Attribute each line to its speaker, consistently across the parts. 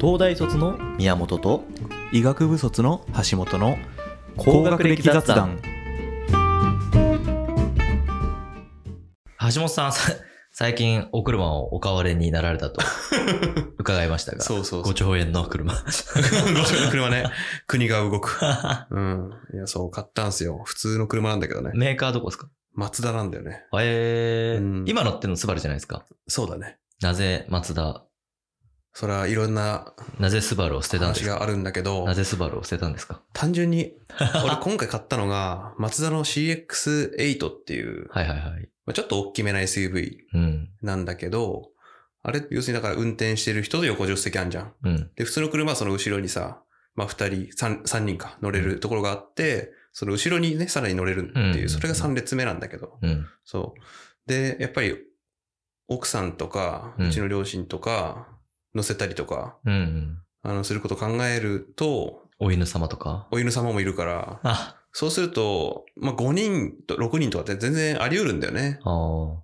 Speaker 1: 東大卒の宮本と
Speaker 2: 医学部卒の橋本の
Speaker 1: 高学歴雑談橋本さん さ最近お車をお買われになられた と伺いましたが
Speaker 3: そうそうそう
Speaker 1: 5兆円の車
Speaker 3: ご自分の車ね。国が動く。うん。いや、そう、買ったんすよ。普通の車なんだけどね。
Speaker 1: メーカーどこですか
Speaker 3: マツダなんだよね。
Speaker 1: えー
Speaker 3: うん
Speaker 1: 今乗ってるのスバルじゃないですか
Speaker 3: そうだね。
Speaker 1: なぜ松田
Speaker 3: それはいろんな
Speaker 1: なぜスバルを捨てたんです
Speaker 3: 話
Speaker 1: か
Speaker 3: があるんだけど
Speaker 1: な、ぜスバルを捨てたんですか
Speaker 3: 単 純に、俺今回買ったのが、マツダの CX8 っていう、
Speaker 1: はいはいはい。
Speaker 3: まあちょっと大きめな SUV
Speaker 1: うん。
Speaker 3: なんだけど、あれ、要するにだから運転してる人と横助手席あんじゃん。
Speaker 1: うん。
Speaker 3: で、普通の車はその後ろにさ、まあ2人、3, 三人か乗れるところがあって、その後ろにね、さらに乗れるっていうう、
Speaker 1: ん
Speaker 3: それが3列目なんだけど、
Speaker 1: うん。
Speaker 3: そう。で、やっぱり、奥さんとか、
Speaker 1: うん
Speaker 3: うちの両親とか、乗せたりとか、
Speaker 1: うんうん。
Speaker 3: あの、することを考えると、
Speaker 1: お犬様とか
Speaker 3: お犬様もいるから、
Speaker 1: あ、
Speaker 3: そうすると、まあ、5人と6人とかって全然あり得るんだよね。
Speaker 1: あー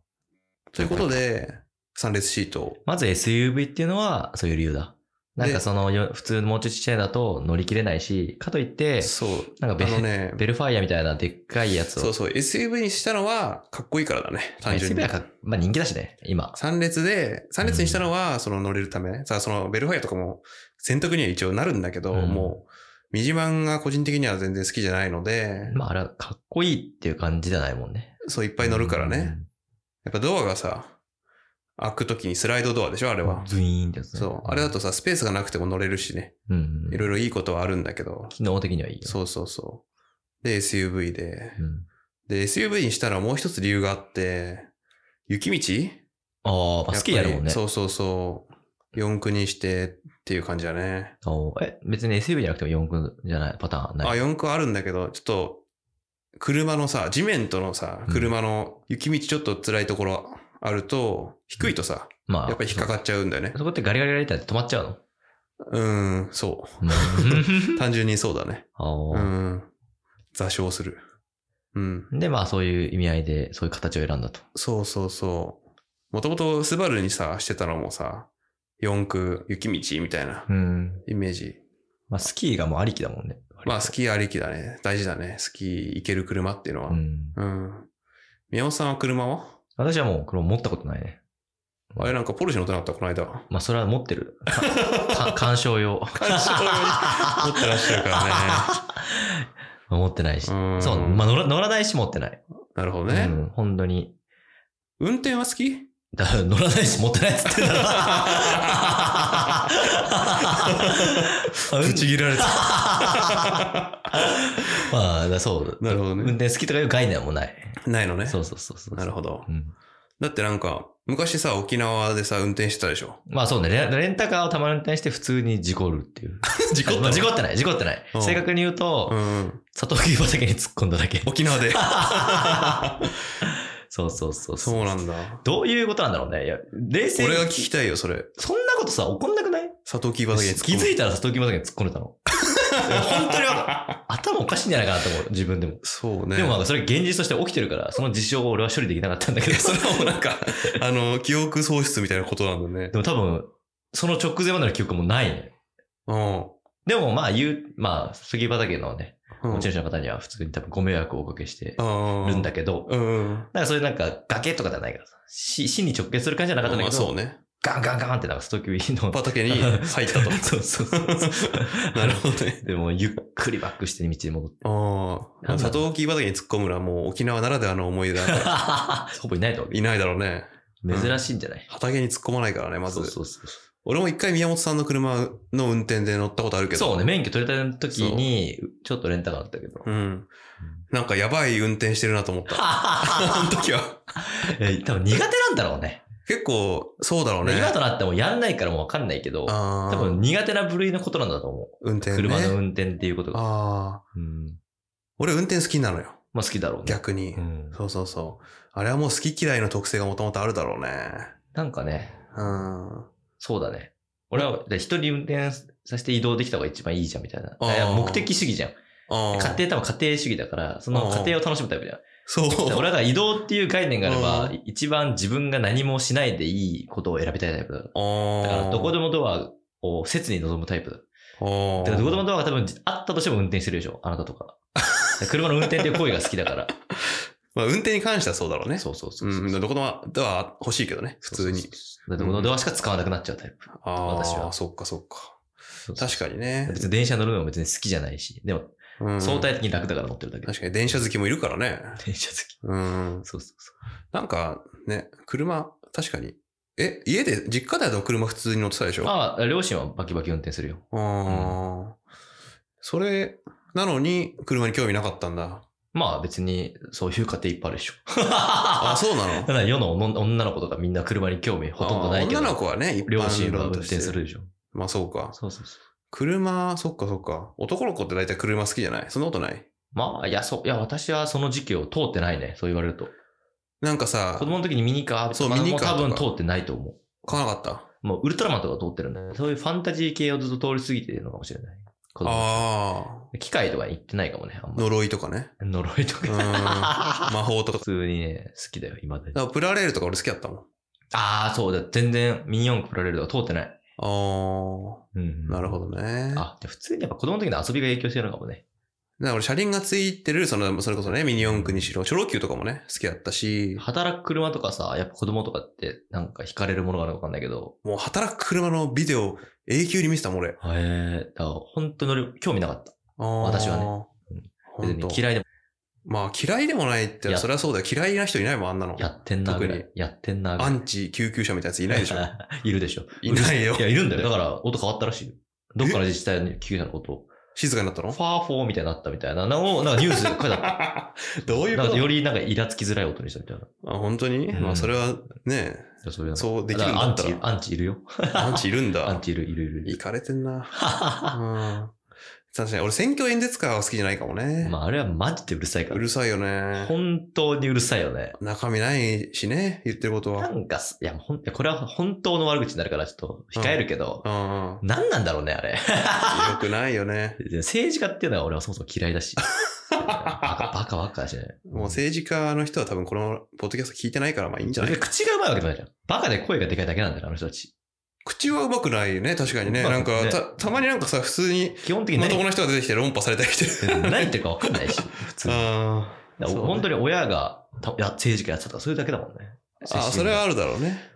Speaker 3: ということで、3列シートを。
Speaker 1: まず SUV っていうのはそういう理由だ。なんか
Speaker 3: で
Speaker 1: そのよ普通のもうちょいちっちゃいだと乗り切れないし、かといって、
Speaker 3: そう。
Speaker 1: なんかベ
Speaker 3: あのね、
Speaker 1: ベルファイアみたいなでっかいやつを。
Speaker 3: そうそう、SUV にしたのは、かっこいいからだね、単純
Speaker 1: SUV
Speaker 3: に
Speaker 1: は。かまあ人気だしね、今。
Speaker 3: 3列で、3列にしたのは、その乗れるため、さあ、そのベルファイアとかも、選択には一応なるんだけど、
Speaker 1: うん
Speaker 3: もう、ミジマンが個人的には全然好きじゃないので、
Speaker 1: まああれはかっこいいっていう感じじゃないもんね。
Speaker 3: そういっ
Speaker 1: い
Speaker 3: ぱい乗るからね。。やっぱドアがさ、開くときにスライドドアでしょ、あれは。
Speaker 1: ズイーンってやつね。
Speaker 3: そう。あれだとさ、スペースがなくても乗れるしね。
Speaker 1: うん、
Speaker 3: いろいろいいことはあるんだけど。
Speaker 1: 機能的にはいいよ。
Speaker 3: そうそうそう。で、SUV で。
Speaker 1: うん
Speaker 3: で、SUV にしたらもう一つ理由があって、雪道
Speaker 1: あーまあ、好きやるもん
Speaker 3: ぱり
Speaker 1: ね。
Speaker 3: そうそうそう。四駆にしてっていう感じだね。
Speaker 1: おえ、別に SUV じゃなくても四駆じゃないパターンは
Speaker 3: あ、
Speaker 1: ない。
Speaker 3: 四駆あるんだけど、ちょっと、車のさ、地面とのさ、車の雪道ちょっと辛いところあると、低いとさ、
Speaker 1: まあ、
Speaker 3: やっぱり引っかかっちゃうんだよね
Speaker 1: そ。そこってガリガリガリって止まっちゃうの
Speaker 3: うん、そう。単純にそうだね。
Speaker 1: お
Speaker 3: う
Speaker 1: ー
Speaker 3: ん。座礁する。うん。
Speaker 1: で、まあそういう意味合いで、そういう形を選んだと。
Speaker 3: そうそうそう。もともとスバルにさ、してたのもさ、四駆、雪道みたいな
Speaker 1: うん。
Speaker 3: イメージ。
Speaker 1: まあスキーがもうありきだもんね。
Speaker 3: まあ、スキーありきだね。大事だね。スキー行ける車っていうのは。
Speaker 1: う
Speaker 3: うん。
Speaker 1: ん。
Speaker 3: 宮本さんは車は
Speaker 1: 私はもう、これ持ったことないね。
Speaker 3: あれなんかポルシェ乗ってなかった、この間。持
Speaker 1: まあそれは持って る。か 鑑賞用。鑑
Speaker 3: 賞用にってらっしゃるからね。
Speaker 1: 持ってないし。
Speaker 3: うん
Speaker 1: そう、まあ乗ら乗らないし持ってない。
Speaker 3: なるほど
Speaker 1: う
Speaker 3: ね。
Speaker 1: ん、本当に。
Speaker 3: 運転は好き
Speaker 1: だから乗らないし持ってないっつってんだろ
Speaker 3: ぶち切 られた。
Speaker 1: まあ、だそう。
Speaker 3: なるほど
Speaker 1: 運
Speaker 3: ね。
Speaker 1: 転好きとかいう概念もない。
Speaker 3: ないのね。
Speaker 1: そうそうそうそう。
Speaker 3: なるほど。
Speaker 1: うん
Speaker 3: だってなんか、昔さ、沖縄でさ、運転してたでしょ。
Speaker 1: まあそうね、レレンタカーをたまに運転して普通に事故るっていう。
Speaker 3: 事
Speaker 1: まあ事故ってない、事故ってない。
Speaker 3: うん
Speaker 1: 正確に言うと、
Speaker 3: うん。
Speaker 1: サトウキビ畑に突っ込んだだ け。
Speaker 3: 沖縄で。
Speaker 1: そうそうそう そう。
Speaker 3: そうなんだ。
Speaker 1: どういうことなんだろうね。いや、冷静に
Speaker 3: 俺が聞きたいよ、それ。
Speaker 1: そんなことさ、怒んなくない
Speaker 3: サトウキビ畑に突っ込
Speaker 1: 気
Speaker 3: む
Speaker 1: づいたらサトウキビ畑に突っ込んでたの。いや本当にわか ん頭おかしいんじゃないかなと思う、自分でも。
Speaker 3: そうね。
Speaker 1: でもまあそれ現実として起きてるから、その事象を俺は処理できなかったんだけ
Speaker 3: い
Speaker 1: ど
Speaker 3: や、。それはもうなんか、あの、記憶喪失みたいなことなんだね
Speaker 1: で。も多分、その直前までの記憶もないね、
Speaker 3: う
Speaker 1: でもまあ言う、まあ、杉畑のね、
Speaker 3: ん。
Speaker 1: 持ち主の方には普通に多分ご迷惑をおかけしてるんだ
Speaker 3: け
Speaker 1: けど、
Speaker 3: ど。うん。
Speaker 1: なんかそういうなんか崖とかじゃないからさ、死死に直結する感じじゃなかったんだ
Speaker 3: ま
Speaker 1: け
Speaker 3: あ
Speaker 1: ど、
Speaker 3: そうね。
Speaker 1: ガンガンガンってなんかストキビの。。
Speaker 3: 畑に入ったと
Speaker 1: そうそうそう。
Speaker 3: なるほど ね。
Speaker 1: でもゆっくりバックして道に戻って。
Speaker 3: あ
Speaker 1: なんだろう
Speaker 3: あ。サトウキビ畑に突っ込むのはもう沖縄ならではの思い出 だから。
Speaker 1: ほぼいないと思
Speaker 3: いないだろうね。
Speaker 1: う。珍しいんじゃない
Speaker 3: 畑に突っ込まないからね、まず。
Speaker 1: そうそうそう。
Speaker 3: 俺も一回宮本さんの車の運転で乗ったことあるけど。
Speaker 1: そうね、。免許取れた時に、ちょっとレンタカーだったけど。
Speaker 3: うん。なんかやばい運転してるなと思っ た。あの
Speaker 1: い
Speaker 3: 時は。
Speaker 1: や多分苦手なんだろうね。
Speaker 3: 結構、そうだろうね。
Speaker 1: 今となってもやんないからもうわかんないけど、
Speaker 3: ああ。
Speaker 1: 多分苦手な部類のことなんだと思う。
Speaker 3: 運転ね。
Speaker 1: 車の運転っていうことが。
Speaker 3: ああ。
Speaker 1: うん
Speaker 3: 俺運転好きなのよ。
Speaker 1: まあ好きだろうね。
Speaker 3: 逆に。
Speaker 1: うん
Speaker 3: そうそうそう。あれはもう好き嫌いの特性がもともとあるだろうね。
Speaker 1: なんかね、
Speaker 3: うん。
Speaker 1: そうだね。俺は、で人に運転させて移動できた方が一番いいじゃんみたいな。
Speaker 3: あー
Speaker 1: いや目的主義じゃん。
Speaker 3: あ
Speaker 1: 家庭多分家庭主義だから、その
Speaker 3: あー
Speaker 1: 家庭を楽しむタイ プじゃん。
Speaker 3: そう。
Speaker 1: だから俺はだから移動っていう概念があれば
Speaker 3: う、
Speaker 1: 一番自分が何もしないでいいことを選びたいタイプだ。
Speaker 3: あ
Speaker 1: だからどこでもドアを切に望むタイプだ。
Speaker 3: お
Speaker 1: だからどこでもドアが多分、あったとしても運転してるでしょ、あなたと か。車の運転っていう行為が好きだから。
Speaker 3: まあ、運転に関してはそうだろう ね。
Speaker 1: そうそうそううそう。
Speaker 3: ん、どこのドア欲しいけどね、普通に
Speaker 1: そう。そうそう。だってこのドアしか使わなくなっちゃうタイプ。
Speaker 3: ああ、
Speaker 1: 私は
Speaker 3: そっかそっか。
Speaker 1: そうそう
Speaker 3: 確かにね。
Speaker 1: 別に電車乗るのも別に好きじゃないし、でも
Speaker 3: うん
Speaker 1: 相対的に楽だから乗ってるだけ。
Speaker 3: 確かに電車好きもいるからね。
Speaker 1: 電車好き。
Speaker 3: うん。
Speaker 1: そうそうそ
Speaker 3: なんかね、車、確かに。え、家で、実家での車普通に乗ってたでし
Speaker 1: う。
Speaker 3: ょあ
Speaker 1: ああ、両親はバキバキ運転するよ。
Speaker 3: あー、それ、なのに車に興味なかったんだ。
Speaker 1: まあ別にそういう家庭いっぱいあるでし ょ。
Speaker 3: あ、そうな
Speaker 1: た
Speaker 3: の
Speaker 1: だから世の女女の子とかみんな車に興味 ほとんどないけど。
Speaker 3: あー女の子はね、一般
Speaker 1: 両親は運
Speaker 3: 論として
Speaker 1: 転するでしょ。
Speaker 3: まあそうか。
Speaker 1: そうそうそう。
Speaker 3: 車、そっかそっか。男の子って大体車好きじゃないそんなことない
Speaker 1: まあ、いや、そう、いや、私はその時期を通ってないね。そう言われると。
Speaker 3: なんかさ
Speaker 1: 子、供の時にミニカー、
Speaker 3: そう
Speaker 1: まあ
Speaker 3: ミニカー
Speaker 1: もう多
Speaker 3: とか
Speaker 1: 分通ってないと思
Speaker 3: 買わなかった。
Speaker 1: う。もうウルトラマンとか通ってるんで、そういうファンタジー系をずっと通り過ぎてるのかもしれない。子供
Speaker 3: あ
Speaker 1: 機械とかに行ってないかもね、あん
Speaker 3: あ、
Speaker 1: まり。
Speaker 3: 呪いとかね。
Speaker 1: 呪いと
Speaker 3: うん。
Speaker 1: か。
Speaker 3: 魔法とか
Speaker 1: 普。通にね、好きだよ、今で。
Speaker 3: だからプラレールとか俺好きだったもん。
Speaker 1: ああ、そうだ。全然、ミニ四駆プラレールとか通ってない。
Speaker 3: あ
Speaker 1: うん
Speaker 3: あ、なるほどね。
Speaker 1: あ、で普通にやっぱ子供の時の遊びが影響してるのかもね。
Speaker 3: だから俺車輪がついてる、その、それこそね、ミニ四駆にしろ、初老級とかもね、好きだったし、
Speaker 1: 働く車とかさ、やっぱ子供とかってなんか惹かれるものがあるのかわかんないけど。
Speaker 3: もう働く車のビデオ永久に見せたもん俺。
Speaker 1: へえ、だから本当に興味なかった。私
Speaker 3: 私
Speaker 1: はね。別
Speaker 3: 本
Speaker 1: に
Speaker 3: 当
Speaker 1: 嫌いでも
Speaker 3: まあ嫌いでもないっての
Speaker 1: いや
Speaker 3: はそれはそうだよ。嫌いな人いないもん、あんなの。
Speaker 1: やってんなぐらい
Speaker 3: 特。
Speaker 1: やってんなぐら
Speaker 3: ア
Speaker 1: い。
Speaker 3: ンチ救急車みたいなやついな いでしょ。
Speaker 1: いるでしょ。
Speaker 3: いないよ
Speaker 1: いや、いるんだよ。だから音変わったらしいよ。どっかの自治体の救急車のことを。
Speaker 3: 静かになった
Speaker 1: フ
Speaker 3: の
Speaker 1: ァーフォーみたいになったみたいなのを、なんかニュースで書いてあった。
Speaker 3: どういう
Speaker 1: な
Speaker 3: こ
Speaker 1: んか
Speaker 3: と
Speaker 1: よりなんかイラつきづらい音にしたみたいな。
Speaker 3: あ本当に、
Speaker 1: うん
Speaker 3: まあそれはね、
Speaker 1: そういうの
Speaker 3: そうでき
Speaker 1: だ
Speaker 3: るん
Speaker 1: から
Speaker 3: だ
Speaker 1: アン
Speaker 3: った
Speaker 1: チ
Speaker 3: ら、。
Speaker 1: アンチいるよ。
Speaker 3: アンチいるん
Speaker 1: アン
Speaker 3: だ。
Speaker 1: チいる、いる、いる。い
Speaker 3: い
Speaker 1: る
Speaker 3: かれてんな。うん。確かに俺選挙演説会は好きじゃないかもね。
Speaker 1: まあ、あれはマジでうるさいか
Speaker 3: う
Speaker 1: ら。
Speaker 3: るさいよね。
Speaker 1: 本当にうるさいよね。
Speaker 3: 中身ないしね、言ってること
Speaker 1: な
Speaker 3: は。
Speaker 1: んかす、いや、ほん、いやこれは本当の悪口になるから、ちょっと控えるけど、
Speaker 3: うんうん。
Speaker 1: 何なんだろうね、あれ。
Speaker 3: よくないよね。
Speaker 1: 政治家っていうのは俺はそもそも嫌いだし。バカ、 バカ、バカだしね。
Speaker 3: もう政治家の人は多分このポッドキャスト聞いてないからまあいいんじゃない
Speaker 1: 別に口がうまいわけじゃないじゃん。バカで声がでかいだけなんだよ、あの人たち。
Speaker 3: 口はうまくないよね、確かにね。
Speaker 1: うまく
Speaker 3: なんか
Speaker 1: ね
Speaker 3: た、たまになんかさ、普通に
Speaker 1: 基本的に
Speaker 3: ま
Speaker 1: 何
Speaker 3: ともな人が出てきて論破されたりしてる。
Speaker 1: 何言ってるか分かん ないし、普通に。
Speaker 3: あ
Speaker 1: だから本当に親がたいや政治家やってたとか、そういうだけだもんね。
Speaker 3: あ、それはあるだろうね。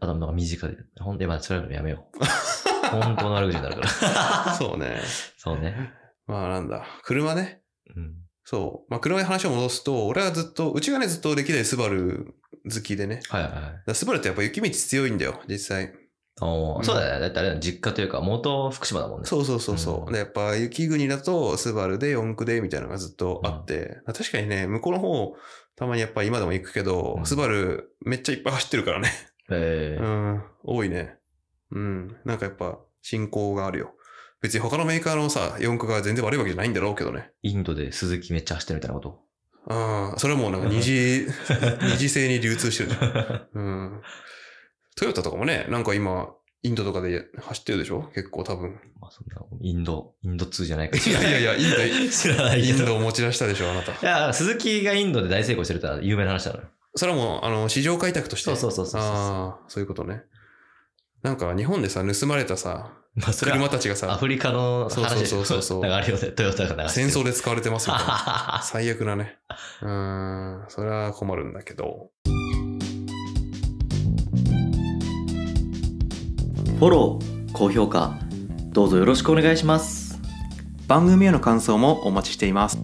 Speaker 1: あとなんか身近で。ほんで、まあ、それはやめよ う。本当の悪口になるから。
Speaker 3: そうね。
Speaker 1: そうね。
Speaker 3: まあなんだ。車ね。
Speaker 1: うん。
Speaker 3: そう。まあ車に話を戻すと、俺はずっと、うちがね、ずっと歴代スバル好きでね。だか
Speaker 1: はいはいはい。
Speaker 3: らスバルってやっぱ雪道強いんだよ、実際。
Speaker 1: おー
Speaker 3: うん
Speaker 1: そうだよね。だってあれだよ実家というか、元福島だもんね。
Speaker 3: そうそうそうそう。
Speaker 1: うん
Speaker 3: で、やっぱ雪国だと、スバルで四駆でみたいなのがずっとあって、確かにね、向こうの方、たまにやっぱ今でも行くけど、
Speaker 1: うん
Speaker 3: スバルめっちゃいっぱい走ってるからね。
Speaker 1: えー
Speaker 3: うん、多いね。うん、なんかやっぱ進行があるよ。別に他のメーカーのさ、四駆が全然悪いわけじゃないんだろうけどね。
Speaker 1: インドで鈴木めっちゃ走ってるみたいなこと。
Speaker 3: ああ、それはもうなんか二次、 二次性に流通してるじゃん。うん。トヨタとかもね、なんか今、インドとかで走ってるでしょ結構多分。
Speaker 1: まあそんな、インド、インド通じゃないか
Speaker 3: いやいやいや、インド、
Speaker 1: 知らない
Speaker 3: イ
Speaker 1: け
Speaker 3: ン
Speaker 1: ど。
Speaker 3: ドを持ち出したでしょ、あなた。
Speaker 1: いや、鈴木がインドで大成功してるってのは有名な話なのよ。
Speaker 3: それはもう、あの、市場開拓として。
Speaker 1: そうそうそうそうそう
Speaker 3: ああ、そういうことね。なんか、日本でさ、盗まれたさ、
Speaker 1: まあそれは
Speaker 3: 車たちが
Speaker 1: ア
Speaker 3: さ、
Speaker 1: フリカの話でしょ
Speaker 3: そうそうそうそう
Speaker 1: なんかあるよね。トヨタが流して
Speaker 3: 戦
Speaker 1: る
Speaker 3: 争で使われ てますみたいな。
Speaker 1: あ
Speaker 3: 最悪だね。うーん、それは困るんだけど。
Speaker 4: フォロー、高評価、どうぞよろしくお願いします。
Speaker 2: 番組への感想もお待ちしています